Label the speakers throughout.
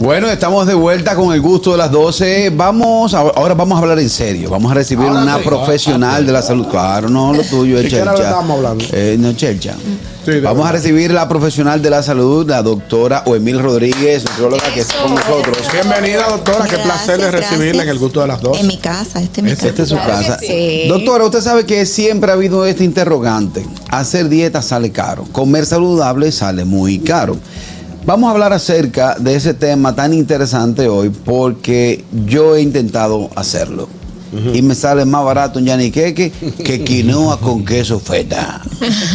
Speaker 1: Bueno, estamos de vuelta con el gusto de las 12. Vamos, a- ahora vamos a hablar en serio. Vamos a recibir
Speaker 2: Ahora
Speaker 1: una
Speaker 2: sí.
Speaker 1: profesional de la salud. Claro, no lo tuyo, es
Speaker 2: ¿De qué era lo que
Speaker 1: Chelcha.
Speaker 2: estábamos hablando?
Speaker 1: Eh, no, Chelcha.
Speaker 2: de
Speaker 1: vamos a
Speaker 2: verdad.
Speaker 1: recibir la profesional de la salud, la doctora Oemil Rodríguez, nutrióloga que está con
Speaker 3: Eso,
Speaker 1: nosotros.
Speaker 3: eso.
Speaker 2: Bienvenida, doctora. Qué placer de
Speaker 3: Gracias,
Speaker 2: recibirla en
Speaker 3: gracias.
Speaker 2: el gusto de las dos.
Speaker 3: En mi casa, este es mi
Speaker 2: Este-
Speaker 3: casa.
Speaker 1: Esta es su
Speaker 2: Claro
Speaker 1: casa.
Speaker 3: Sí.
Speaker 1: Doctora, usted sabe que siempre ha habido este interrogante. Hacer dieta sale caro, comer saludable sale muy caro. Vamos a hablar acerca de ese tema tan interesante hoy porque yo he intentado hacerlo. Y me sale más barato un yaniqueque que quinoa con queso feta.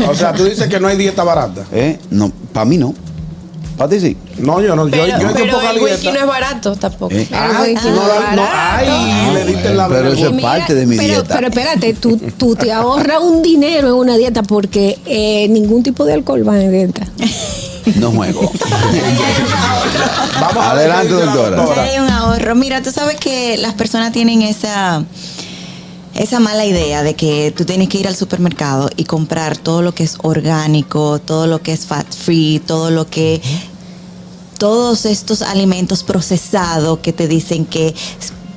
Speaker 2: O sea, tú dices que no hay dieta barata.
Speaker 1: ¿Eh? No, para mí no. Para ti sí.
Speaker 2: No, yo no. Yo,
Speaker 4: Pero,
Speaker 2: yo he hecho
Speaker 4: pero
Speaker 2: poca
Speaker 4: el wiki no
Speaker 2: dieta.
Speaker 4: es barato tampoco.
Speaker 1: ¿Eh?
Speaker 2: Ah,
Speaker 4: el wiki
Speaker 2: no,
Speaker 4: no es
Speaker 2: da- no,
Speaker 4: barato.
Speaker 2: ay, le diste en la
Speaker 1: Pero eso
Speaker 2: vergüenza.
Speaker 1: es parte de mi
Speaker 5: pero,
Speaker 1: dieta.
Speaker 5: Pero espérate, tú, tú te ahorras un dinero en una dieta porque eh, ningún tipo de alcohol va en dieta.
Speaker 1: No juego.
Speaker 2: Vamos a ver
Speaker 1: Adelante,
Speaker 2: qué dice la
Speaker 1: doctora.
Speaker 2: doctora.
Speaker 3: Ya hay un ahorro. Mira, tú sabes que las personas tienen esa esa mala idea de que tú tienes que ir al supermercado y comprar todo lo que es orgánico, todo lo que es fat free, todo lo que todos estos alimentos procesados que te dicen que es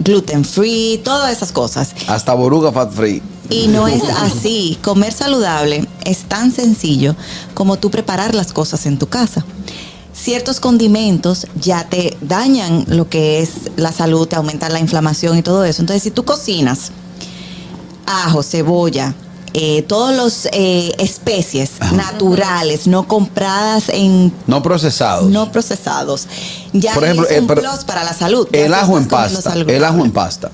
Speaker 3: gluten free, todas esas cosas.
Speaker 1: Hasta Boruga Fat Free.
Speaker 3: Y no es así. Comer saludable es tan sencillo como tú preparar las cosas en tu casa. Ciertos condimentos ya te dañan lo que es la salud, te aumentan la inflamación y todo eso. Entonces, si tú cocinas ajo, cebolla, eh, todos los eh, especies naturales, no compradas en
Speaker 1: No procesados.
Speaker 3: no procesados, ya
Speaker 1: Por ejemplo,
Speaker 3: es
Speaker 1: eh,
Speaker 3: un
Speaker 1: pero-
Speaker 3: plus para la salud. Ya
Speaker 1: El
Speaker 3: tú
Speaker 1: ajo en
Speaker 3: estás comiendo
Speaker 1: pasta.
Speaker 3: saludable.
Speaker 1: El ajo en pasta.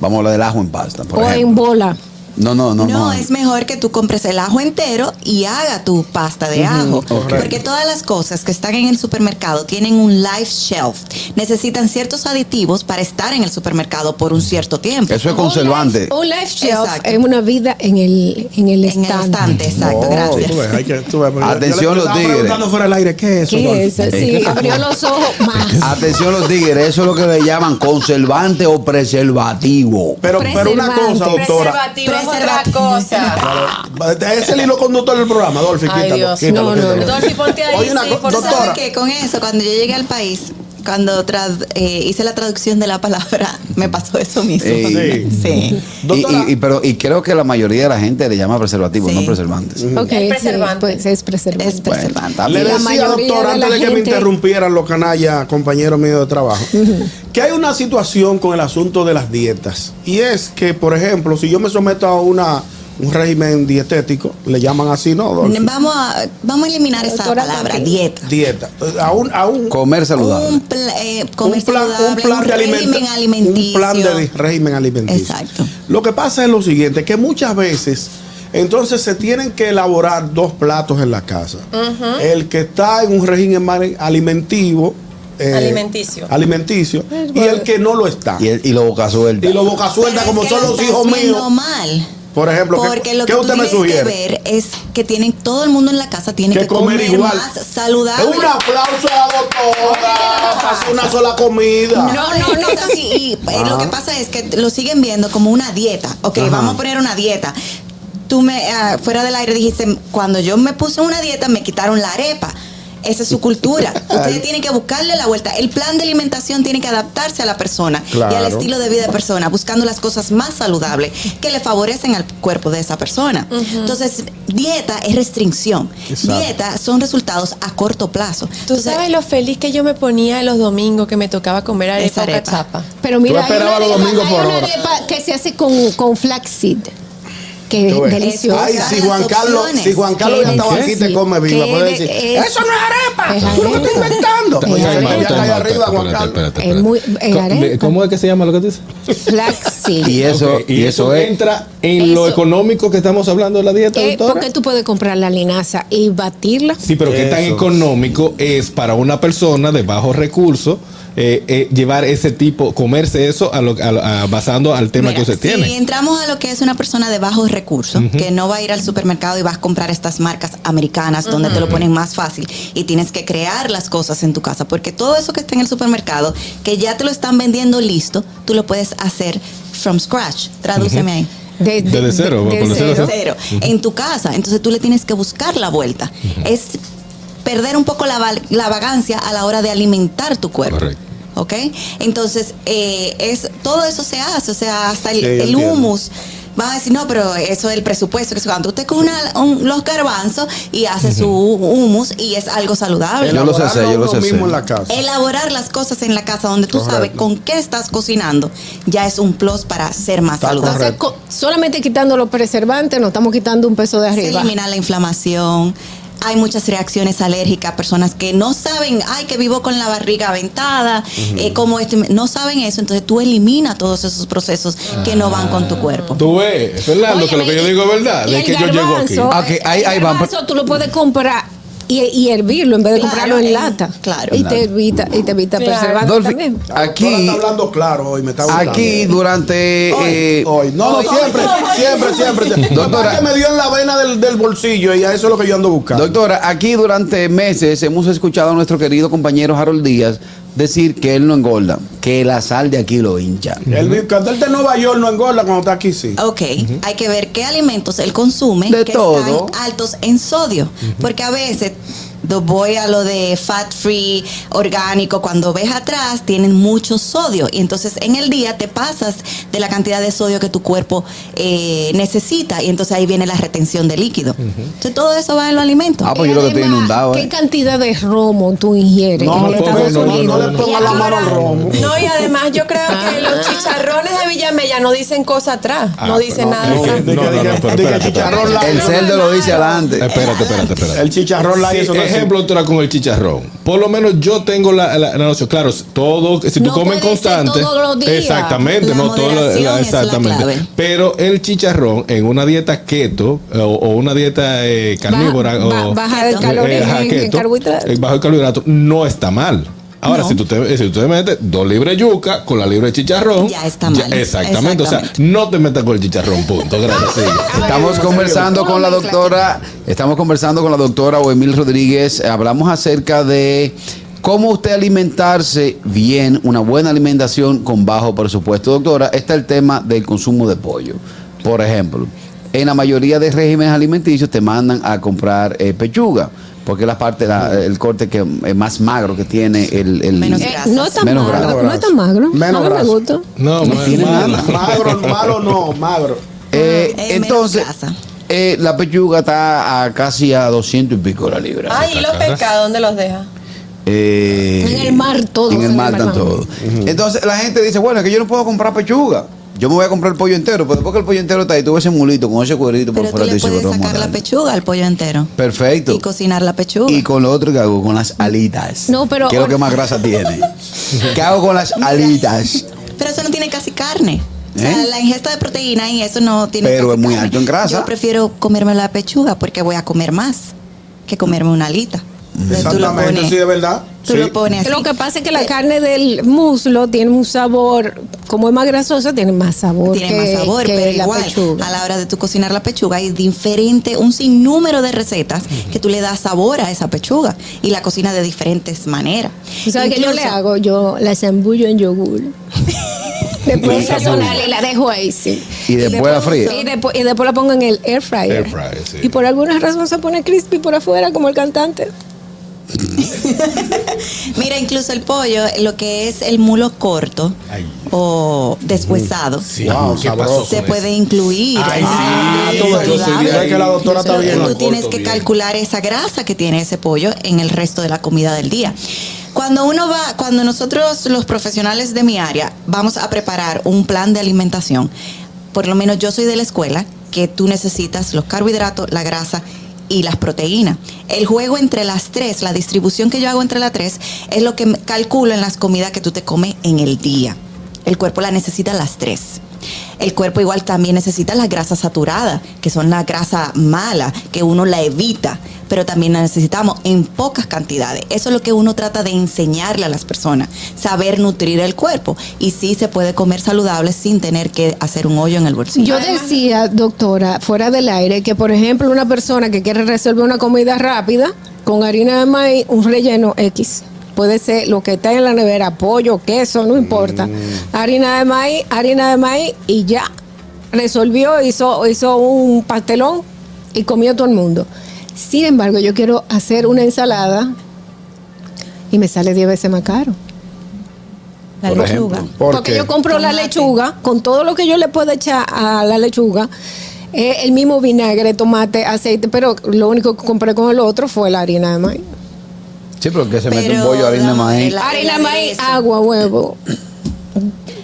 Speaker 1: Vamos a hablar del ajo en pasta. Por
Speaker 5: o en
Speaker 1: ejemplo.
Speaker 5: bola.
Speaker 1: No, no, no.
Speaker 3: No, es mejor que tú compres el ajo entero y haga tu pasta de ajo.
Speaker 1: correcto.
Speaker 3: Porque todas las cosas que están en el supermercado tienen un life shelf. Necesitan ciertos aditivos para estar en el supermercado por un cierto tiempo.
Speaker 1: Eso es conservante.
Speaker 5: Un life shelf
Speaker 3: Exacto.
Speaker 5: es una vida en el, en
Speaker 3: en el
Speaker 5: el
Speaker 3: estante,
Speaker 5: estante.
Speaker 3: exacto,
Speaker 2: Oh,
Speaker 3: gracias.
Speaker 2: tú ves, hay que- tú ves, yo- yo le-
Speaker 1: Atención,
Speaker 2: yo
Speaker 1: los
Speaker 2: estaba
Speaker 1: tigres.
Speaker 2: preguntando fuera del aire, ¿qué es eso?
Speaker 5: ¿Qué es
Speaker 2: doctor?
Speaker 5: eso? Sí, abrió los ojos más.
Speaker 1: Atención los tigres, eso es lo que le llaman conservante o preservativo.
Speaker 2: Pero, pero una
Speaker 5: Preservante.
Speaker 2: cosa, doctora.
Speaker 4: Preservativo es otra
Speaker 3: Preservativo.
Speaker 4: cosa.
Speaker 2: Es el hilo conductor del programa, Dolphy,
Speaker 4: Ay,
Speaker 2: quítalo.
Speaker 4: Dios.
Speaker 2: quítalo,
Speaker 5: No, no,
Speaker 2: quítalo.
Speaker 5: no.
Speaker 4: Dolphy, ponte ahí.
Speaker 2: Oye, una
Speaker 4: sí,
Speaker 2: co-
Speaker 4: por
Speaker 2: doctora.
Speaker 4: favor.
Speaker 3: ¿Sabes qué? Con eso, cuando yo llegué al país, cuando tras- eh, hice la traducción de la palabra, me pasó eso mismo.
Speaker 1: Sí.
Speaker 3: sí.
Speaker 1: Y,
Speaker 2: Doctora.
Speaker 1: y- y- pero, y creo que la mayoría de la gente le llama preservativo,
Speaker 3: Sí.
Speaker 1: no preservantes.
Speaker 5: Ok,
Speaker 4: Es
Speaker 5: sí,
Speaker 4: preservante.
Speaker 5: pues es preservante.
Speaker 3: Es preservante.
Speaker 1: está
Speaker 2: Le
Speaker 1: bien.
Speaker 5: La
Speaker 2: decía,
Speaker 5: mayoría
Speaker 2: doctor,
Speaker 5: de
Speaker 2: antes
Speaker 5: la
Speaker 2: de que me
Speaker 5: gente-
Speaker 2: interrumpieran los canallas, compañeros míos de trabajo, que hay una situación con el asunto de las dietas. Y es que, por ejemplo, si yo me someto a una, un régimen dietético, le llaman así, ¿no? Dolphy?
Speaker 3: Vamos a, vamos a eliminar esa
Speaker 5: Doctora,
Speaker 3: palabra,
Speaker 5: ¿por qué?
Speaker 3: dieta.
Speaker 2: Dieta. Eh, A un, a un,
Speaker 1: Comer saludable.
Speaker 3: Un, pla- eh, comer
Speaker 2: un plan, un
Speaker 3: saludable,
Speaker 2: plan
Speaker 3: un
Speaker 2: de alimenta-
Speaker 3: régimen alimenticio.
Speaker 2: Un plan de di- régimen alimenticio.
Speaker 3: Exacto.
Speaker 2: Lo que pasa es lo siguiente, que muchas veces entonces se tienen que elaborar dos platos en la casa. El que está en un régimen mari- alimentivo. eh,
Speaker 4: Alimenticio.
Speaker 2: Alimenticio. Y el que no lo está.
Speaker 1: Y, el- y lo boca suelta.
Speaker 2: Y lo boca suelta
Speaker 3: Pues, Pero
Speaker 2: como
Speaker 3: es que
Speaker 2: son
Speaker 3: lo
Speaker 2: los
Speaker 3: estás
Speaker 2: hijos
Speaker 3: viendo
Speaker 2: míos.
Speaker 3: mal.
Speaker 2: Por ejemplo, ¿qué-
Speaker 3: Porque lo
Speaker 2: ¿qué
Speaker 3: que tú
Speaker 2: usted me
Speaker 3: tienes que
Speaker 2: sugiere?
Speaker 3: ver es que tienen todo el mundo en la casa tiene
Speaker 2: que,
Speaker 3: que,
Speaker 2: comer, igual.
Speaker 3: más saludable.
Speaker 2: Un aplauso a la doctora. Hace una sola comida.
Speaker 3: No, no, no. es así. Y, eh, Lo que pasa es que lo siguen viendo como una dieta. Ok,
Speaker 2: Ah. Ajá.
Speaker 3: vamos a poner una dieta. Tú me ah, fuera del aire dijiste, cuando yo me puse una dieta me quitaron la arepa. Esa es su cultura. Ustedes tienen que buscarle la vuelta. El plan de alimentación tiene que adaptarse a la persona y al
Speaker 2: Claro.
Speaker 3: estilo de vida de persona, buscando las cosas más saludables que le favorecen al cuerpo de esa persona. Entonces, dieta es restricción.
Speaker 2: Exacto.
Speaker 3: Dieta son resultados a corto plazo.
Speaker 4: Tú
Speaker 3: Entonces,
Speaker 4: sabes lo feliz que yo me ponía los domingos que me tocaba comer
Speaker 3: Esa
Speaker 4: arepa o
Speaker 3: arepa.
Speaker 4: cachapa.
Speaker 5: Pero mira, hay una,
Speaker 2: esperabas los
Speaker 5: arepa,
Speaker 2: domingos
Speaker 5: hay
Speaker 2: por
Speaker 5: una
Speaker 2: hora.
Speaker 5: arepa que se hace con, con flaxseed, que
Speaker 2: Tú
Speaker 5: es
Speaker 2: ves.
Speaker 5: deliciosa.
Speaker 2: Ay, si Juan
Speaker 3: Las
Speaker 2: Carlos,
Speaker 3: opciones.
Speaker 2: si Juan Carlos ya estaba aquí, te
Speaker 5: Sí.
Speaker 2: come viva.
Speaker 5: Que
Speaker 2: Puede
Speaker 5: de-
Speaker 2: decir,
Speaker 5: es-
Speaker 2: eso no es arepa,
Speaker 5: es
Speaker 2: tú lo que estás
Speaker 5: arepa.
Speaker 2: inventando.
Speaker 5: Es
Speaker 2: Oye,
Speaker 5: arepa.
Speaker 2: ya está ahí arriba, Juan
Speaker 6: espérate,
Speaker 2: Carlos.
Speaker 6: espérate,
Speaker 5: Es muy-
Speaker 6: espérate.
Speaker 5: es
Speaker 6: Co-
Speaker 5: arepa.
Speaker 6: ve, ¿Cómo es que se llama lo que tú dices?
Speaker 5: Flaxseed.
Speaker 1: Y eso,
Speaker 6: Ok,
Speaker 1: y eso es.
Speaker 6: entra en lo
Speaker 5: Eso.
Speaker 6: económico que estamos hablando de la dieta,
Speaker 5: Eh,
Speaker 6: doctora?
Speaker 5: porque tú puedes comprar la linaza y batirla.
Speaker 6: Sí, pero qué tan
Speaker 2: Eso.
Speaker 6: económico es para una persona de bajos recursos eh, eh, llevar ese tipo, comerse eso a lo- a lo- a- basando al tema
Speaker 3: Mira,
Speaker 6: que usted tiene.
Speaker 3: Si entramos a lo que es una persona de bajos recursos, que no va a ir al supermercado y va a comprar estas marcas americanas donde te lo ponen más fácil y tienes que crear las cosas en tu casa, porque todo eso que está en el supermercado, que ya te lo están vendiendo listo, tú lo puedes hacer from scratch. Tradúceme ahí.
Speaker 5: Desde-
Speaker 6: Desde cero,
Speaker 5: de- de
Speaker 6: por lo cero,
Speaker 5: cero.
Speaker 3: cero, en tu casa. Entonces tú le tienes que buscar la vuelta. Es perder un poco la, val- la vagancia a la hora de alimentar tu cuerpo.
Speaker 6: Correcto.
Speaker 3: ¿Ok? Entonces, eh, es, todo eso se hace, o sea, hasta el,
Speaker 2: Sí, yo
Speaker 3: el
Speaker 2: entiendo.
Speaker 3: humus. Van a decir, no, pero eso del presupuesto, que es cuando usted con una- un- los garbanzos y hace su humus y es algo saludable.
Speaker 1: Yo lo sé hacer, yo lo sé
Speaker 2: Elaborarlo uno
Speaker 1: hacer.
Speaker 2: mismo en la casa.
Speaker 3: Elaborar las cosas en la casa donde tú sabes
Speaker 2: Correcto.
Speaker 3: con qué estás cocinando ya es un plus para ser más
Speaker 2: Está
Speaker 3: saludable.
Speaker 5: Entonces, co- solamente quitando los preservantes, nos estamos quitando un peso de
Speaker 3: Se
Speaker 5: arriba.
Speaker 3: elimina la inflamación. Hay muchas reacciones alérgicas, personas que no saben, ay, que vivo con la barriga aventada, eh, como esto, no saben eso, entonces tú elimina todos esos procesos que no van con tu cuerpo.
Speaker 6: Tú ves, Fernando, que lo que yo digo Eh, es verdad,
Speaker 5: Y
Speaker 6: de
Speaker 5: el
Speaker 6: que yo llego aquí.
Speaker 5: garbanzo,
Speaker 1: Ah, que ahí-
Speaker 5: el
Speaker 1: ahí van,
Speaker 5: garbanzo tú lo puedes comprar y, y hervirlo en vez de
Speaker 3: Claro,
Speaker 5: comprarlo en
Speaker 3: en-
Speaker 5: lata.
Speaker 3: claro.
Speaker 5: Y te evita, y te evita
Speaker 4: Claro.
Speaker 5: preservantes
Speaker 1: Dolphy,
Speaker 5: Ah, también.
Speaker 2: La doctora
Speaker 1: aquí,
Speaker 2: está hablando claro hoy, me está gustando.
Speaker 1: aquí durante... eh,
Speaker 2: Hoy. No, no, siempre, siempre, siempre, siempre.
Speaker 1: Doctora.
Speaker 2: Doctora. que me dio en la vena del, del bolsillo y a eso es lo que yo ando buscando.
Speaker 1: Doctora, aquí durante meses hemos escuchado a nuestro querido compañero Harold Díaz decir que él no engorda, que la sal de aquí lo hincha.
Speaker 2: El cartel de Nueva York no engorda cuando está aquí, sí.
Speaker 3: Ok, hay que ver qué alimentos él consume
Speaker 1: De
Speaker 3: que
Speaker 1: todo.
Speaker 3: están altos en sodio, porque a veces do- voy a lo de fat free, orgánico, cuando ves atrás tienen mucho sodio y entonces en el día te pasas de la cantidad de sodio que tu cuerpo eh, necesita y entonces ahí viene la retención de líquido. Entonces todo eso va en los alimentos.
Speaker 1: Ah, pues yo lo que estoy
Speaker 5: Además,
Speaker 1: inundado,
Speaker 5: ¿Qué
Speaker 1: eh.
Speaker 5: cantidad de romo tú ingieres
Speaker 2: No,
Speaker 5: en
Speaker 2: le
Speaker 5: Estados
Speaker 2: pongo- no,
Speaker 5: Unidos?
Speaker 2: no le ponga
Speaker 5: Y
Speaker 2: la
Speaker 5: ahora-
Speaker 2: mano al romo. Ah.
Speaker 4: No, y además yo creo que los chicharrones de Villamella no dicen cosa atrás,
Speaker 6: Ah,
Speaker 4: no dicen
Speaker 6: no,
Speaker 4: nada.
Speaker 6: no,
Speaker 4: atrás.
Speaker 6: no, no, no, pero
Speaker 2: Dije
Speaker 6: espérate,
Speaker 2: chicharrón
Speaker 6: espérate.
Speaker 2: light.
Speaker 1: El cerdo lo dice adelante.
Speaker 6: Espérate, espérate, espérate.
Speaker 2: El chicharrón light,
Speaker 6: Sí,
Speaker 2: eso no es
Speaker 6: ejemplo, doctora, con el chicharrón. Por lo menos yo tengo la, la, la noción. Claro, todo, si tú
Speaker 5: No
Speaker 6: comes
Speaker 5: puede ser
Speaker 6: constante.
Speaker 5: todos los días.
Speaker 6: Exactamente,
Speaker 3: La
Speaker 6: no todo lo-
Speaker 3: moderación es la
Speaker 6: Exactamente.
Speaker 3: clave.
Speaker 6: Pero el chicharrón en una dieta keto eh, o, o una dieta eh, carnívora
Speaker 5: Ba- ba-
Speaker 6: o.
Speaker 5: baja el
Speaker 6: eh,
Speaker 5: calor en-
Speaker 6: ajá,
Speaker 5: en
Speaker 6: keto,
Speaker 5: carbohidratos.
Speaker 6: eh, Bajo el carbohidrato, no está mal. Ahora,
Speaker 3: No.
Speaker 6: si tú te, si tú te metes dos libres de yuca con la libre de chicharrón.
Speaker 3: Ya está mal.
Speaker 6: exactamente. O sea,
Speaker 3: Exactamente.
Speaker 6: no te metas con el chicharrón, punto. Gracias. sigue.
Speaker 1: Estamos conversando con la doctora, estamos conversando con la doctora Oemil Rodríguez. Hablamos acerca de cómo usted alimentarse bien, una buena alimentación con bajo presupuesto. Doctora, está el tema del consumo de pollo. Por ejemplo, en la mayoría de regímenes alimenticios te mandan a comprar eh, pechuga, porque es la parte, la- el corte que eh, más magro que tiene el, el-
Speaker 3: Menos
Speaker 5: Eh,
Speaker 3: grasas.
Speaker 5: no es tan
Speaker 1: Menos
Speaker 5: magro,
Speaker 1: grasas.
Speaker 5: no es tan magro.
Speaker 2: Menos
Speaker 5: a mí me
Speaker 2: grasas.
Speaker 5: gusta.
Speaker 6: No,
Speaker 1: No
Speaker 6: man,
Speaker 1: tiene
Speaker 6: man,
Speaker 1: nada.
Speaker 2: Magro, malo no, magro.
Speaker 1: Eh,
Speaker 3: menos
Speaker 1: entonces,
Speaker 3: grasa.
Speaker 1: eh, la pechuga está a casi a 200 y pico la libra.
Speaker 4: Ay, ¿y los pescados dónde los deja?
Speaker 1: Eh,
Speaker 5: En el mar todo,
Speaker 1: En el
Speaker 5: en
Speaker 1: mar
Speaker 5: el
Speaker 1: están
Speaker 5: mar.
Speaker 1: todos. Entonces la gente dice, bueno, es que yo no puedo comprar pechuga. Yo me voy a comprar el pollo entero, pero después que el pollo entero está ahí, tú ves ese mulito con ese cuerito por
Speaker 3: Pero tú
Speaker 1: fuera,
Speaker 3: le
Speaker 1: tú dices,
Speaker 3: puedes
Speaker 1: pero
Speaker 3: sacar la
Speaker 1: vamos a darle.
Speaker 3: pechuga al pollo entero
Speaker 1: Perfecto.
Speaker 3: y cocinar la pechuga.
Speaker 1: Y con lo otro que hago, con las alitas.
Speaker 5: No, pero-
Speaker 1: ¿Qué es lo que más grasa tiene? ¿Qué hago con las alitas?
Speaker 3: Pero eso no tiene casi carne. O sea,
Speaker 1: ¿Eh?
Speaker 3: la ingesta de proteína y eso no tiene
Speaker 1: Pero
Speaker 3: casi
Speaker 1: es muy
Speaker 3: carne.
Speaker 1: alto en grasa.
Speaker 3: Yo prefiero comerme la pechuga porque voy a comer más que comerme una alita. Entonces, tú lo
Speaker 2: Exactamente,
Speaker 3: pones,
Speaker 2: sí, de verdad.
Speaker 3: tú
Speaker 2: Sí.
Speaker 3: lo pones así. Eh,
Speaker 5: Lo que pasa es que la carne del muslo tiene un sabor, como es más grasosa, tiene más sabor.
Speaker 3: tiene
Speaker 5: que-
Speaker 3: más sabor,
Speaker 5: que
Speaker 3: pero
Speaker 5: la
Speaker 3: igual
Speaker 5: pechuga.
Speaker 3: a la hora de tú cocinar la pechuga hay diferente, un sinnúmero de recetas que tú le das sabor a esa pechuga y la cocinas de diferentes maneras.
Speaker 5: ¿Tú sabes qué yo le
Speaker 3: Incluso-
Speaker 5: hago? Yo la zambullo en yogur. Después sazonal y la dejo ahí, sí.
Speaker 1: Y después la fríe.
Speaker 5: Y después, y después la pongo en el air fryer.
Speaker 6: Air fryer, sí.
Speaker 5: Y por alguna razón se pone crispy por afuera, como el cantante.
Speaker 3: Mira, incluso el pollo, lo que es el mulo corto
Speaker 6: Ay.
Speaker 3: o deshuesado.
Speaker 6: Sí,
Speaker 2: Wow,
Speaker 6: ¿qué
Speaker 2: sabroso.
Speaker 6: pasó con
Speaker 3: se
Speaker 6: eso?
Speaker 3: puede incluir.
Speaker 2: Ay,
Speaker 3: Ah,
Speaker 2: sí,
Speaker 3: todo
Speaker 2: yo soy
Speaker 3: saludable.
Speaker 2: de ahí. que la doctora está
Speaker 3: Pero
Speaker 2: bien.
Speaker 3: Tú
Speaker 6: Corto,
Speaker 3: tienes que
Speaker 6: bien.
Speaker 3: calcular esa grasa que tiene ese pollo en el resto de la comida del día. Cuando uno va, cuando nosotros los profesionales de mi área vamos a preparar un plan de alimentación, por lo menos yo soy de la escuela que tú necesitas los carbohidratos, la grasa y las proteínas. El juego entre las tres, la distribución que yo hago entre las tres, es lo que calculo en las comidas que tú te comes en el día. El cuerpo la necesita las tres. El cuerpo igual también necesita las grasas saturadas, que son la grasa mala, que uno la evita, pero también la necesitamos en pocas cantidades. Eso es lo que uno trata de enseñarle a las personas, saber nutrir el cuerpo. Y sí se puede comer saludable sin tener que hacer un hoyo en el bolsillo.
Speaker 5: Yo decía, doctora, fuera del aire, que por ejemplo una persona que quiere resolver una comida rápida con harina de maíz, un relleno X. Puede ser lo que está en la nevera, pollo, queso, no importa. Harina de maíz, harina de maíz y ya. resolvió, hizo, hizo un pastelón y comió todo el mundo. Sin embargo, yo quiero hacer una ensalada y me sale 10 veces más caro.
Speaker 3: La
Speaker 1: Por ejemplo.
Speaker 3: lechuga.
Speaker 2: ¿Por
Speaker 5: Porque
Speaker 2: qué?
Speaker 5: yo compro la
Speaker 3: Tomate.
Speaker 5: lechuga, con todo lo que yo le pueda echar a la lechuga, eh, el mismo vinagre, tomate, aceite, pero lo único que compré con el otro fue la harina de maíz.
Speaker 1: Sí, pero que se mete un
Speaker 3: Pero,
Speaker 1: bollo de harina de
Speaker 3: dama,
Speaker 1: maíz.
Speaker 3: el- La-
Speaker 5: harina de
Speaker 3: el
Speaker 5: maíz,
Speaker 3: aderezo.
Speaker 5: agua, huevo.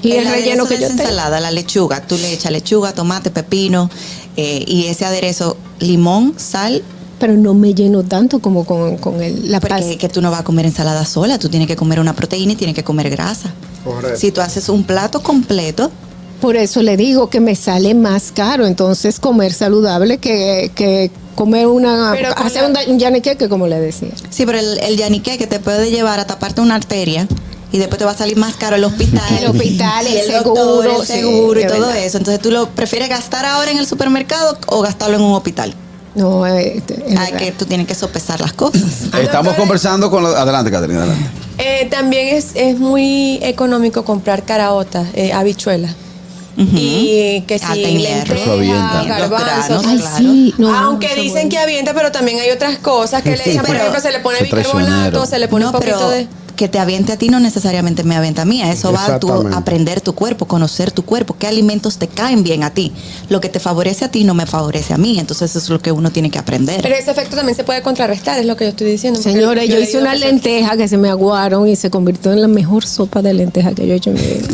Speaker 5: Y el,
Speaker 3: aderezo
Speaker 5: relleno
Speaker 3: de
Speaker 5: que yo
Speaker 3: esa
Speaker 5: tengo.
Speaker 3: ensalada, la lechuga, tú le echas lechuga, tomate, pepino eh, y ese aderezo, limón, sal,
Speaker 5: Pero no me lleno tanto como con, con el, la pasta.
Speaker 3: porque que tú no vas a comer ensalada sola, tú tienes que comer una proteína y tienes que comer grasa.
Speaker 2: Correcto.
Speaker 3: Si tú haces un plato completo,
Speaker 5: Por eso le digo que me sale más caro entonces comer saludable que, que comer una...
Speaker 4: Pero con
Speaker 5: hacer
Speaker 4: la-
Speaker 5: un da- un yaniqueque, como le decía.
Speaker 3: sí, pero el, el yaniqué que te puede llevar a taparte una arteria y después te va a salir más caro el hospital.
Speaker 5: El hospital,
Speaker 3: y
Speaker 5: el
Speaker 3: doctor,
Speaker 5: seguro,
Speaker 3: el
Speaker 5: sí,
Speaker 3: seguro y
Speaker 5: de
Speaker 3: todo
Speaker 5: verdad.
Speaker 3: eso. Entonces tú lo prefieres gastar ahora en el supermercado o gastarlo en un hospital.
Speaker 5: No, eh, este, es
Speaker 3: Hay
Speaker 5: verdad.
Speaker 3: Ah, que tú tienes que sopesar las cosas.
Speaker 1: Estamos
Speaker 4: Doctora-
Speaker 1: conversando con los... Adelante, Caterina, adelante.
Speaker 4: Eh, también es, es muy económico comprar caraotas, eh, habichuelas.
Speaker 3: Ujú.
Speaker 4: Y que si
Speaker 3: Atender.
Speaker 4: lentejas,
Speaker 1: Eso avienta.
Speaker 4: garbanzos,
Speaker 3: Los granos,
Speaker 5: Ay,
Speaker 3: claro.
Speaker 5: sí, no,
Speaker 4: Aunque
Speaker 5: no, no,
Speaker 4: dicen
Speaker 5: no.
Speaker 4: que avienta, pero también hay otras cosas que le echan, por
Speaker 3: pero-
Speaker 4: ejemplo, se le pone
Speaker 1: Qué traicionero.
Speaker 4: bicarbonato, se le pone
Speaker 3: no,
Speaker 4: un poquito
Speaker 3: pero
Speaker 4: de...
Speaker 3: que te aviente a ti no necesariamente me avienta a mí. A Eso va a tu
Speaker 2: Exactamente.
Speaker 3: aprender tu cuerpo, conocer tu cuerpo, qué alimentos te caen bien a ti. Lo que te favorece a ti no me favorece a mí. Entonces eso es lo que uno tiene que aprender.
Speaker 4: Pero ese efecto también se puede contrarrestar, es lo que yo estoy diciendo. porque
Speaker 5: Señores, yo
Speaker 4: he
Speaker 5: hice
Speaker 4: leído
Speaker 5: una
Speaker 4: que se-
Speaker 5: lenteja que se me aguaron y se convirtió en la mejor sopa de lenteja que yo he hecho en mi vida.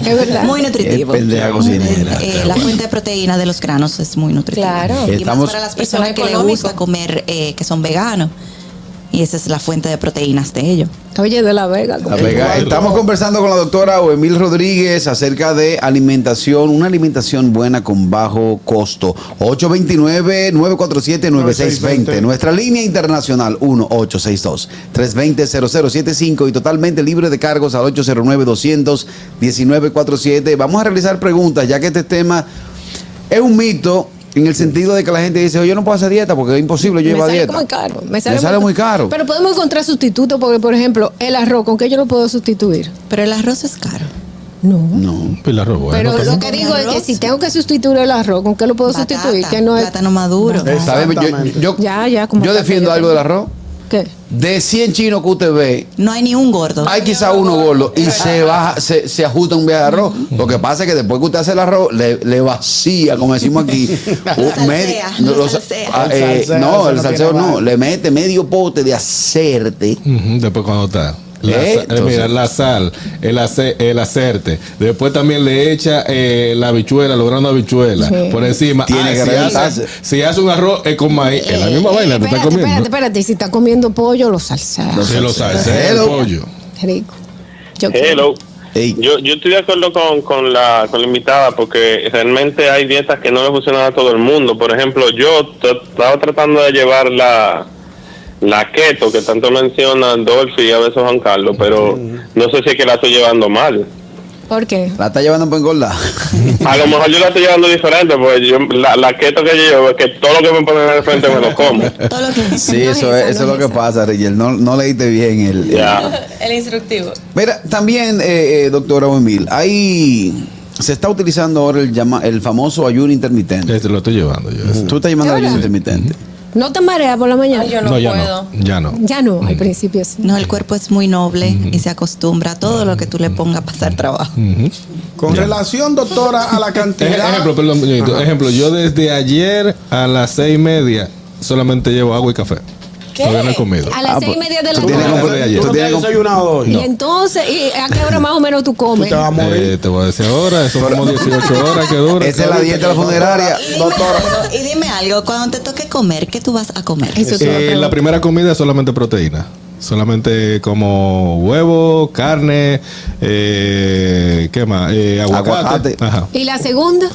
Speaker 5: Es verdad.
Speaker 3: muy nutritivo.
Speaker 1: Qué pendeja cocinera.
Speaker 3: Eh, la fuente de proteína de los granos es muy nutritiva.
Speaker 4: Claro.
Speaker 3: Y
Speaker 1: Estamos-
Speaker 3: más para las
Speaker 4: Y son
Speaker 3: personas que les
Speaker 4: económicos.
Speaker 3: gusta comer, eh, que son veganos. Y esa es la fuente de proteínas de ellos.
Speaker 5: Oye, de la Vega.
Speaker 1: La Vega.
Speaker 6: cuadro.
Speaker 1: Estamos conversando con la doctora Emil Rodríguez acerca de alimentación, una alimentación buena con bajo costo. 829-947-9620. Nuestra línea internacional 1-862-320-0075 y totalmente libre de cargos al 809-219-47. Vamos a realizar preguntas ya que este tema es un mito. En el sentido de que la gente dice, "Oye, yo no puedo hacer dieta porque es imposible yo
Speaker 5: me
Speaker 1: llevar
Speaker 5: sale
Speaker 1: dieta.
Speaker 5: muy caro.
Speaker 1: Me sale, muy caro.
Speaker 5: Pero podemos encontrar sustitutos porque, por ejemplo, el arroz, ¿con qué yo lo puedo sustituir?
Speaker 3: Pero el arroz es caro.
Speaker 5: No.
Speaker 1: No.
Speaker 6: Pilar Robo,
Speaker 5: Pero
Speaker 6: ¿no?
Speaker 5: lo
Speaker 3: no
Speaker 5: que
Speaker 3: come
Speaker 5: digo es que
Speaker 3: arroz.
Speaker 5: si tengo que sustituir el arroz, ¿con qué lo puedo
Speaker 3: Batata,
Speaker 5: sustituir? Que no es...
Speaker 3: Plátano maduro.
Speaker 1: Eh, ¿sabe? Yo,
Speaker 2: Exactamente.
Speaker 1: yo-
Speaker 5: Ya, ya, como
Speaker 1: yo
Speaker 5: que
Speaker 1: defiendo
Speaker 5: yo
Speaker 1: algo del
Speaker 5: también.
Speaker 1: arroz.
Speaker 5: ¿Qué?
Speaker 1: De 100 chinos que usted ve,
Speaker 3: No hay ni un gordo.
Speaker 1: hay quizá uno gordo y se baja, se, se ajusta un viaje de arroz. Lo que pasa es que después que usted hace el arroz, le, le vacía, como decimos aquí, un medio-
Speaker 3: salsea,
Speaker 1: no,
Speaker 3: lo
Speaker 1: los-
Speaker 3: salsea.
Speaker 1: ah,
Speaker 2: El
Speaker 1: eh, no,
Speaker 2: salseo, eso
Speaker 1: el
Speaker 2: no tiene
Speaker 1: salseo no,
Speaker 2: baño.
Speaker 1: le mete medio pote de hacerte.
Speaker 6: Ujú, Después cuando está. La,
Speaker 1: Eh,
Speaker 6: sa- eh,
Speaker 1: entonces-
Speaker 6: mira, la sal, el, ace- el hacerte. Después también le echa eh, la habichuela, logrando habichuela.
Speaker 5: Sí.
Speaker 6: Por encima. Ah,
Speaker 1: Tiene que
Speaker 6: si,
Speaker 1: reventarse.
Speaker 6: hace, si hace un arroz, es con maíz. Es la misma
Speaker 5: Eh,
Speaker 6: vaina que
Speaker 5: espérate,
Speaker 6: está comiendo.
Speaker 5: Espérate, espérate. Y si está comiendo pollo, lo salsa.
Speaker 1: Lo-
Speaker 6: Se lo salsea el
Speaker 1: Hello.
Speaker 6: pollo.
Speaker 5: Rico. Yo-
Speaker 7: Hello.
Speaker 1: Ey.
Speaker 7: Yo, yo estoy de acuerdo con, con, la, con la invitada porque realmente hay dietas que no le funcionan a todo el mundo. Por ejemplo, yo t- estaba tratando de llevar la, la keto que tanto menciona Dolphy y a veces Juan Carlos, pero no sé si es que la estoy llevando mal.
Speaker 5: ¿Por qué?
Speaker 1: La está llevando para engordar.
Speaker 7: A lo mejor yo la estoy llevando diferente, porque yo, la, la keto que yo llevo es que todo lo que me ponen al frente me lo como.
Speaker 3: Todo lo que
Speaker 1: Sí,
Speaker 3: no
Speaker 1: eso
Speaker 3: esa,
Speaker 1: es, eso es
Speaker 3: no
Speaker 1: lo que pasa, Rigel. No, no leíste bien el, el-
Speaker 7: Ya.
Speaker 4: El instructivo.
Speaker 1: Mira, también, eh, eh, doctora Omil, ahí se está utilizando ahora el, llama, el famoso ayuno intermitente.
Speaker 6: Este lo estoy llevando yo.
Speaker 1: Tú estás llamando al ayuno
Speaker 6: Sí.
Speaker 1: intermitente.
Speaker 5: ¿No te mareas por la mañana?
Speaker 4: Ay, yo no,
Speaker 6: No, ya
Speaker 4: puedo.
Speaker 6: no. Ya no.
Speaker 5: Ya no, al principio sí.
Speaker 3: No, el cuerpo es muy noble y se acostumbra a todo lo que tú le pongas a pasar trabajo.
Speaker 6: Ujú.
Speaker 2: Con relación, doctora, a la
Speaker 6: Ej-
Speaker 2: cantidad.
Speaker 6: Ejemplo, perdón, Ñonguito. ejemplo, yo desde ayer a las seis y media solamente llevo agua y café.
Speaker 4: ¿Qué?
Speaker 6: Todavía no he comido.
Speaker 5: A las
Speaker 1: Ah,
Speaker 5: seis y
Speaker 1: pues,
Speaker 5: media de la
Speaker 1: tú tienes
Speaker 6: Tú
Speaker 5: tarde.
Speaker 6: compras de ayer.
Speaker 2: Tú no te has
Speaker 1: tienes-
Speaker 2: desayunado hoy.
Speaker 5: Y entonces, ¿y ¿a qué hora más o menos tú
Speaker 2: Tú
Speaker 5: comes?
Speaker 2: te vas a morir.
Speaker 6: Eh, te voy a decir ahora, son como 18 horas que dura.
Speaker 1: Esa es la dieta de la funeraria.
Speaker 3: Y dime, algo, y dime algo, cuando te toque comer, ¿qué tú vas a comer?
Speaker 5: Eso es
Speaker 6: Eh,
Speaker 5: otra pregunta.
Speaker 6: la primera comida es solamente proteína. Solamente como huevo, carne, eh, ¿qué más? Eh, aguacate.
Speaker 1: Aguacate.
Speaker 6: Ajá.
Speaker 5: ¿Y la segunda?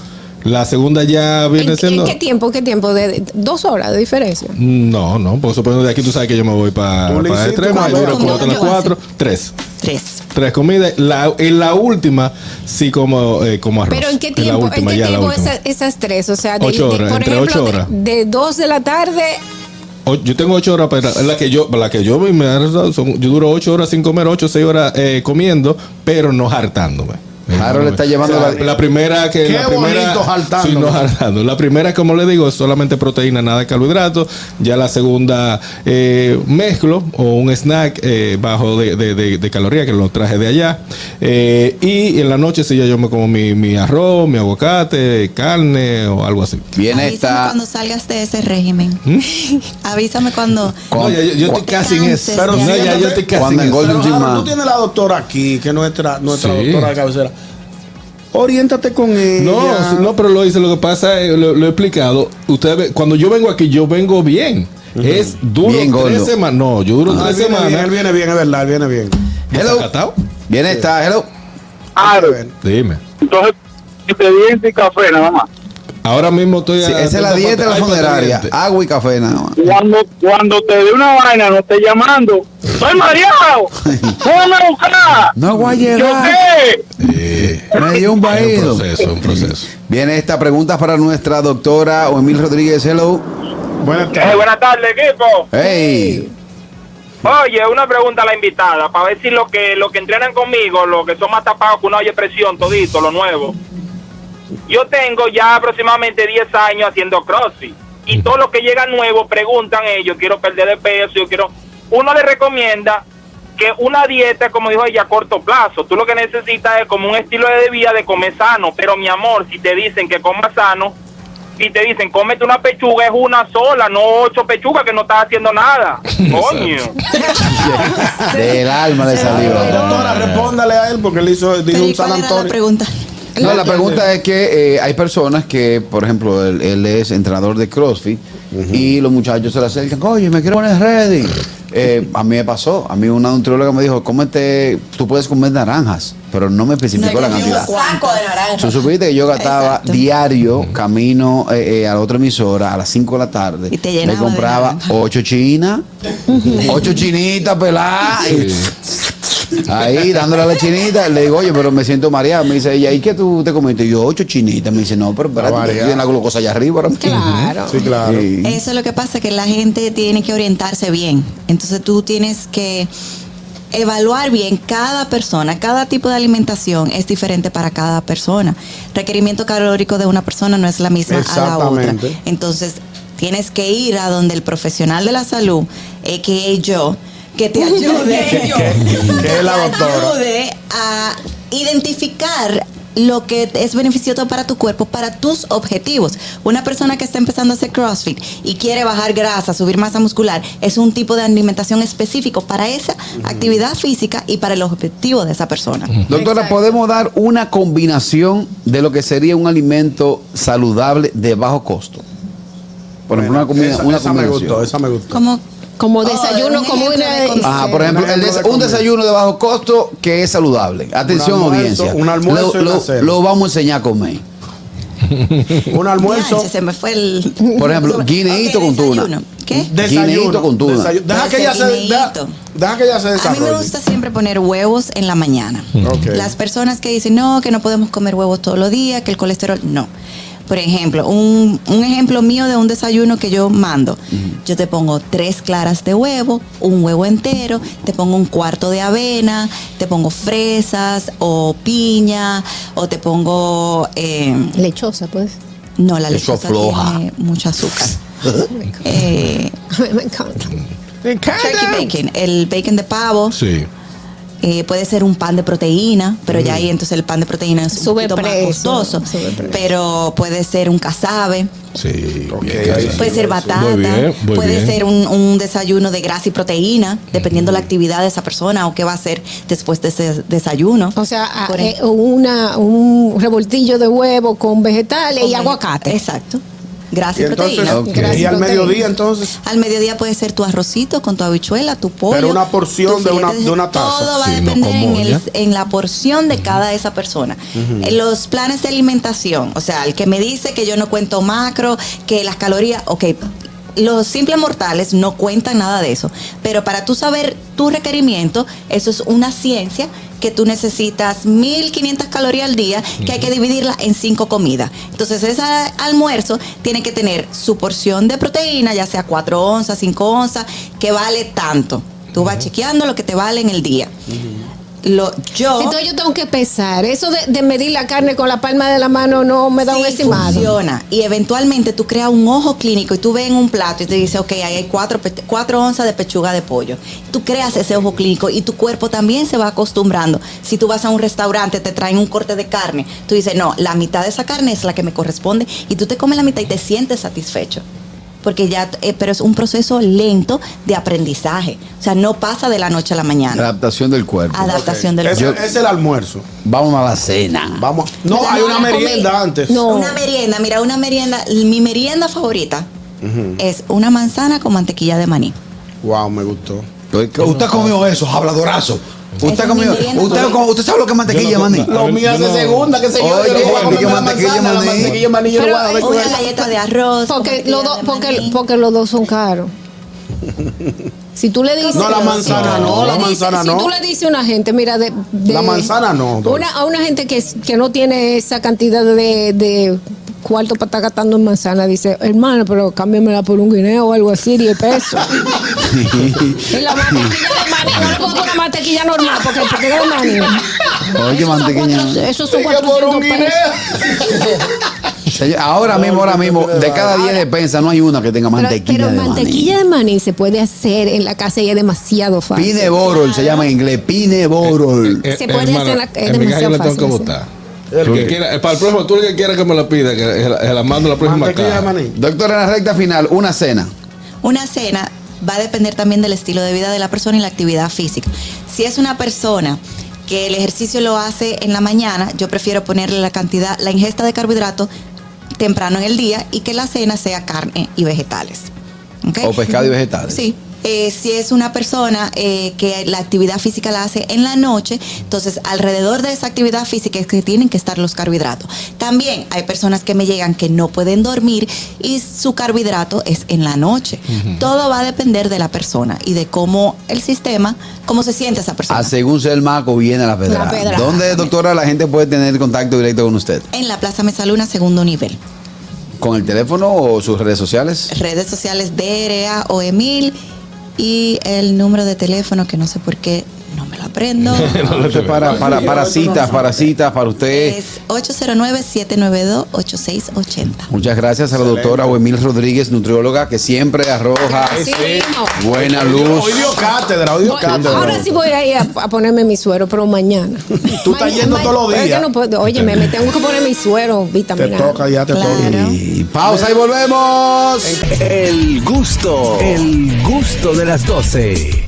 Speaker 6: La segunda ya
Speaker 5: ¿En,
Speaker 6: viene
Speaker 5: en
Speaker 6: siendo...
Speaker 5: qué tiempo? ¿Qué tiempo? De, de- dos horas de diferencia.
Speaker 6: No, no, porque suponiendo de aquí tú sabes que yo me voy para
Speaker 2: Publicito,
Speaker 6: el extremo,
Speaker 3: ¿cuánto?
Speaker 6: dura como
Speaker 3: ¿Cuánto
Speaker 6: otras
Speaker 3: yo
Speaker 6: cuatro, tres.
Speaker 3: Tres.
Speaker 6: Tres comidas. La, en la última, sí como, eh, como arroz.
Speaker 5: Pero ¿en qué
Speaker 6: la
Speaker 5: tiempo?
Speaker 6: última,
Speaker 5: ¿En qué
Speaker 6: ya la
Speaker 5: tiempo
Speaker 6: última.
Speaker 5: esa- esas tres? O sea, de,
Speaker 6: Ocho
Speaker 5: de-
Speaker 6: horas,
Speaker 5: por
Speaker 6: entre
Speaker 5: ejemplo,
Speaker 6: ocho
Speaker 5: de-
Speaker 6: horas.
Speaker 5: De, dos de la tarde.
Speaker 6: O- Yo tengo ocho horas, pero la que yo, la que yo me me ha resultado son- yo duro ocho horas sin comer, ocho, seis horas eh, comiendo, pero no hartándome.
Speaker 1: Harold está llevando
Speaker 6: la,
Speaker 1: la-
Speaker 6: la primera que
Speaker 2: Qué
Speaker 6: la primera
Speaker 2: bonito saltando.
Speaker 6: Sí, no, jaltando. La primera, como le digo, es solamente proteína, nada de carbohidratos. Ya la segunda eh, mezclo o un snack eh, bajo de, de, de- de calorías que lo traje de allá. Eh, y en la noche sí ya yo me como mi, mi arroz, mi aguacate, carne o algo así.
Speaker 1: Viene
Speaker 3: Avísame
Speaker 1: esta.
Speaker 3: cuando salgas de ese régimen. Avísame cuando.
Speaker 6: No, ya- yo, yo estoy casi en eso.
Speaker 3: Pero
Speaker 6: No, ya yo estoy casi en
Speaker 1: Cuando
Speaker 6: eso.
Speaker 1: engorde
Speaker 2: Pero,
Speaker 1: un chin
Speaker 2: Harold,
Speaker 1: más.
Speaker 2: tú tienes la doctora aquí, que es nuestra, nuestra
Speaker 6: Sí.
Speaker 2: doctora de cabecera. Oriéntate con ella.
Speaker 6: No, no, pero lo hice. Lo que pasa, es, lo, lo he explicado. Ustedes, ve- cuando yo vengo aquí, yo vengo bien. Es duro
Speaker 1: Bien gordo.
Speaker 6: tres semanas. No, yo duro
Speaker 2: Ah, él
Speaker 6: tres
Speaker 2: viene bien, él
Speaker 6: semanas.
Speaker 2: viene bien, es verdad, él viene bien.
Speaker 6: ¿Desacatado?
Speaker 1: Hello. Viene esta. Hello.
Speaker 2: Harold.
Speaker 6: Dime.
Speaker 7: Entonces, expediente y café nada más.
Speaker 6: Ahora mismo estoy.
Speaker 1: Sí, esa es la dieta de la funeraria. Ah. Agua y café nada más.
Speaker 7: Cuando, cuando te dé una vaina, no esté llamando. ¡Soy mareado! ¡Póngame a buscar!
Speaker 1: No voy a
Speaker 7: ¿Yo
Speaker 1: llegar.
Speaker 7: qué?
Speaker 1: Me dio un
Speaker 6: Es un
Speaker 1: vaído.
Speaker 6: proceso, es un proceso.
Speaker 1: Viene esta pregunta para nuestra doctora Emil Rodríguez. Hello.
Speaker 2: Buenas
Speaker 7: Eh,
Speaker 2: tardes.
Speaker 7: buenas tardes, equipo.
Speaker 1: Hey.
Speaker 7: Oye, una pregunta a la invitada, para ver si los que, los que entrenan conmigo, los que son más tapados que una oye presión, todito, lo nuevo. Yo tengo ya aproximadamente 10 años haciendo CrossFit. Y todos los que llegan nuevos preguntan, eh, yo quiero perder de peso, yo quiero... Uno le recomienda que una dieta, como dijo ella, a corto plazo. Tú lo que necesitas es como un estilo de vida de comer sano. Pero mi amor, si te dicen que comas sano y te dicen cómete una pechuga, es una sola, no ocho pechugas que no estás haciendo nada. Coño.
Speaker 1: Del alma le salió.
Speaker 2: Doctora, respóndale a él porque él hizo dijo
Speaker 3: Pero
Speaker 2: un
Speaker 3: ¿y
Speaker 2: San
Speaker 3: cuál era la
Speaker 2: Antonio.
Speaker 3: pregunta?
Speaker 1: No, la pregunta es que eh, hay personas que, por ejemplo, él, él es entrenador de CrossFit y los muchachos se le acercan, oye, me quiero poner ready. Eh, a mí me pasó, a mí una nutrióloga me dijo, cómete, tú puedes comer naranjas, pero no me especificó
Speaker 3: No,
Speaker 1: la
Speaker 3: yo- yo-
Speaker 1: cantidad.
Speaker 4: Saco de naranja.
Speaker 1: Tú supiste que yo gastaba
Speaker 3: Exacto.
Speaker 1: diario camino eh, eh, a la otra emisora a las 5 de la tarde.
Speaker 3: Y te
Speaker 1: me
Speaker 3: llenaba de
Speaker 1: compraba
Speaker 3: naranja.
Speaker 1: ocho chinas, ocho chinitas peladas. y- Ahí dándole a la chinita, le digo, oye, pero me siento mareado. Me dice ella, ¿y qué tú te comiste? Y yo, ocho chinitas. Me dice, no, pero espérate, que
Speaker 2: variado.
Speaker 1: estoy en la glucosa allá arriba. ahora mismo".
Speaker 5: Claro.
Speaker 2: Sí, claro.
Speaker 1: Sí.
Speaker 3: Eso es lo que pasa, que la gente tiene que orientarse bien. Entonces tú tienes que evaluar bien cada persona, cada tipo de alimentación es diferente para cada persona. Requerimiento calórico de una persona no es la misma a la otra.
Speaker 2: Exactamente.
Speaker 3: Entonces tienes que ir a donde el profesional de la salud, que yo, que te ayude,
Speaker 4: Que yo.
Speaker 3: que
Speaker 2: Que es la
Speaker 3: te
Speaker 2: doctora.
Speaker 3: ayude a ah, identificar lo que es beneficioso para tu cuerpo, para tus objetivos. Una persona que está empezando a hacer CrossFit y quiere bajar grasa, subir masa muscular, es un tipo de alimentación específico para esa actividad física y para el objetivo de esa persona.
Speaker 1: Doctora, ¿podemos dar una combinación de lo que sería un alimento saludable de bajo costo? Por ejemplo, una, comida,
Speaker 2: esa,
Speaker 1: una
Speaker 2: esa me
Speaker 1: combinación.
Speaker 2: gustó, esa me gustó.
Speaker 3: Como
Speaker 5: Como
Speaker 3: Oh,
Speaker 5: desayuno,
Speaker 3: un
Speaker 5: como
Speaker 3: ejemplo
Speaker 5: una. Ah,
Speaker 3: de comida.
Speaker 1: Ajá, por ejemplo, el des- un desayuno de bajo costo que es saludable. Atención,
Speaker 2: almuerzo-
Speaker 1: audiencia.
Speaker 2: un almuerzo y
Speaker 1: lo,
Speaker 2: una
Speaker 1: lo-
Speaker 2: cena.
Speaker 1: lo vamos a enseñar a comer.
Speaker 2: Un almuerzo.
Speaker 3: Dianche, se me fue el...
Speaker 1: Por ejemplo, guineíto
Speaker 3: Ok,
Speaker 1: con tuna.
Speaker 3: desayuno. ¿Qué?
Speaker 1: Guineíto
Speaker 2: Desayuno.
Speaker 1: con tuna.
Speaker 2: desayu- Deja que ella se deja,
Speaker 3: Desayuneíto.
Speaker 2: deja que ella se
Speaker 3: A mí
Speaker 2: desarrolle.
Speaker 3: me gusta siempre poner huevos en la mañana.
Speaker 2: Ok.
Speaker 3: Las personas que dicen, no, que no podemos comer huevos todos los días, que el colesterol, no. Por ejemplo, un, un ejemplo mío de un desayuno que yo mando. Yo te pongo tres claras de huevo, un huevo entero, te pongo un cuarto de avena, te pongo fresas o piña, o te pongo... eh,
Speaker 5: Lechosa, pues.
Speaker 3: no, la
Speaker 1: Eso
Speaker 3: lechosa
Speaker 1: afloja.
Speaker 3: tiene mucho azúcar. eh,
Speaker 5: Me encanta.
Speaker 3: turkey bacon, el bacon de pavo.
Speaker 6: Sí.
Speaker 3: Eh, puede ser un pan de proteína, pero ya ahí entonces el pan de proteína es un
Speaker 5: Sube
Speaker 3: poquito más
Speaker 5: precio,
Speaker 3: costoso.
Speaker 5: sube precio.
Speaker 3: Pero puede ser un casabe,
Speaker 6: Sí.
Speaker 2: Ok,
Speaker 6: bien,
Speaker 2: ahí
Speaker 6: claro.
Speaker 2: sí.
Speaker 3: puede ser batata,
Speaker 6: Muy bien, muy
Speaker 3: puede
Speaker 6: bien.
Speaker 3: ser un, un desayuno de grasa y proteína, dependiendo la actividad de esa persona o qué va a hacer después de ese desayuno.
Speaker 5: O sea, a-
Speaker 3: Por
Speaker 5: eh,
Speaker 3: ejemplo,
Speaker 5: una, un revoltillo de huevo con vegetales
Speaker 3: con
Speaker 5: y
Speaker 3: vege-
Speaker 5: aguacate.
Speaker 3: Exacto. Grasa
Speaker 2: Y
Speaker 3: y,
Speaker 2: entonces,
Speaker 3: proteína.
Speaker 1: Ok.
Speaker 2: y
Speaker 5: Gracias,
Speaker 2: al
Speaker 5: proteína.
Speaker 2: mediodía entonces.
Speaker 3: Al mediodía puede ser tu arrocito con tu habichuela, tu pollo.
Speaker 2: Pero una porción
Speaker 3: tu
Speaker 2: de una-
Speaker 3: filete
Speaker 2: de una taza.
Speaker 3: Todo va a
Speaker 6: Sí, no
Speaker 3: depender
Speaker 6: como
Speaker 3: en, el-
Speaker 6: olla.
Speaker 3: pues, en la porción de cada esa persona. Eh, Los planes de alimentación, o sea, el que me dice que yo no cuento macro, que las calorías, ok. Los simples mortales no cuentan nada de eso, pero para tú saber tu requerimiento, eso es una ciencia que tú necesitas 1500 calorías al día, que hay que dividirla en cinco comidas. Entonces, ese almuerzo tiene que tener su porción de proteína, ya sea 4 onzas, 5 onzas, que vale tanto. Tú vas chequeando lo que te vale en el día lo, yo
Speaker 5: Entonces yo tengo que pesar. Eso de, de medir la carne con la palma de la mano no me da un
Speaker 3: Sí,
Speaker 5: estimado.
Speaker 3: funciona. Y eventualmente tú creas un ojo clínico y tú ves en un plato y te dices, ok, ahí hay cuatro, pe- cuatro onzas de pechuga de pollo. Tú creas ese ojo clínico y tu cuerpo también se va acostumbrando. Si tú vas a un restaurante, te traen un corte de carne, tú dices, no, la mitad de esa carne es la que me corresponde y tú te comes la mitad y te sientes satisfecho. Porque ya, eh, pero es un proceso lento de aprendizaje. O sea, no pasa de la noche a la
Speaker 5: Ah,
Speaker 3: mañana.
Speaker 1: Adaptación del cuerpo.
Speaker 3: Adaptación del
Speaker 2: Es,
Speaker 3: cuerpo.
Speaker 2: es el almuerzo.
Speaker 1: Vamos a la cena.
Speaker 2: Vamos. No,
Speaker 3: Pero
Speaker 2: hay
Speaker 3: no
Speaker 2: una
Speaker 3: van a comer.
Speaker 2: merienda antes.
Speaker 5: No.
Speaker 3: Una merienda, mira, una merienda, mi merienda favorita es una manzana con mantequilla de maní.
Speaker 2: Wow, me gustó.
Speaker 1: Pues, Usted comió eso, habladorazo. Usted
Speaker 3: mi
Speaker 1: comió.
Speaker 3: merienda
Speaker 1: Usted,
Speaker 3: favorita.
Speaker 1: usted sabe lo que es mantequilla,
Speaker 6: Yo no-
Speaker 1: maní.
Speaker 6: Lo mío es de segunda,
Speaker 2: qué
Speaker 1: sé yo, Oye, yo le voy a comer mantequilla, la manzana, la maní. mantequilla,
Speaker 2: maní,
Speaker 5: yo le voy a dar Pues,
Speaker 3: Una galleta de arroz. con
Speaker 5: Porque,
Speaker 3: mantequilla
Speaker 5: los dos-
Speaker 3: de
Speaker 5: porque,
Speaker 3: maní.
Speaker 5: porque los dos son caros. Si tú le dices.
Speaker 2: No, la
Speaker 5: si
Speaker 2: manzana
Speaker 5: tú
Speaker 2: no,
Speaker 5: le
Speaker 2: la
Speaker 5: dices-
Speaker 2: manzana no.
Speaker 5: Si tú le dices a una gente, mira, de. de-
Speaker 2: La manzana no, Doris.
Speaker 5: Una, a una gente que, que no tiene esa cantidad de, de cuarto para estar gastando en manzana, dice, hermano, pero cámbiamela por un guineo o algo así, 10 pesos. y la mantequilla de maní, no le puedo poner mantequilla normal, porque porque es de maní.
Speaker 1: Oye, mantequilla.
Speaker 5: Eso son 400 pesos.
Speaker 1: Señor, Ahora mismo, ahora mismo, de cada 10 despensas no hay una que tenga
Speaker 5: Pero,
Speaker 1: mantequilla.
Speaker 5: pero
Speaker 1: de maní.
Speaker 5: mantequilla de maní se puede hacer en la casa y es demasiado fácil.
Speaker 1: Pine borol se llama en inglés. Pine borol.
Speaker 5: Se puede hacer la- es
Speaker 6: Eh, en mi casa
Speaker 5: demasiado
Speaker 6: yo la tengo que
Speaker 5: fácil,
Speaker 6: votar. El que quiera- eh, para el próximo, tú el que quiera que me la pida, que se la- se la mando la próxima
Speaker 2: Mantequilla de
Speaker 6: caja.
Speaker 2: maní.
Speaker 1: Doctor, en la recta final, una cena.
Speaker 3: Una cena va a depender también del estilo de vida de la persona y la actividad física. Si es una persona que el ejercicio lo hace en la mañana, yo prefiero ponerle la cantidad, la ingesta de carbohidratos temprano en el día y que la cena sea carne y vegetales. ¿Ok?
Speaker 1: O pescado y vegetales.
Speaker 3: Sí. Eh, si es una persona eh, que la actividad física la hace en la noche, entonces alrededor de esa actividad física es que tienen que estar los carbohidratos. También hay personas que me llegan que no pueden dormir y su carbohidrato es en la noche. Todo va a depender de la persona y de cómo el sistema, cómo se siente esa persona.
Speaker 1: A según sea el maco, viene la pedrada.
Speaker 3: La pedrada.
Speaker 1: ¿Dónde, doctora, la gente puede tener contacto directo con usted?
Speaker 3: En la Plaza Mesaluna, segundo nivel.
Speaker 1: ¿Con el teléfono o sus redes sociales?
Speaker 3: Redes sociales DRA o Emil y el número de teléfono que no sé por qué no me lo aprendo.
Speaker 1: Ah, esto es para, para, para citas, para citas, para usted.
Speaker 3: Es 809-792-8680.
Speaker 1: Muchas gracias a la doctora Wemil Rodríguez, nutrióloga, que siempre arroja
Speaker 5: Así mismo.
Speaker 1: buena luz.
Speaker 2: Hoy dio cátedra, hoy dio
Speaker 5: Bueno,
Speaker 2: cátedra.
Speaker 5: ahora sí voy a ir a, a ponerme mi suero, pero mañana.
Speaker 2: Tú estás yendo todos los
Speaker 5: pero
Speaker 2: días.
Speaker 5: yo no puedo. Oye, me, me tengo que poner mi suero
Speaker 2: Te
Speaker 5: vitamina.
Speaker 2: toca, ya te
Speaker 3: Claro.
Speaker 2: toca.
Speaker 1: Y pausa y volvemos.
Speaker 8: El gusto, el gusto de las 12.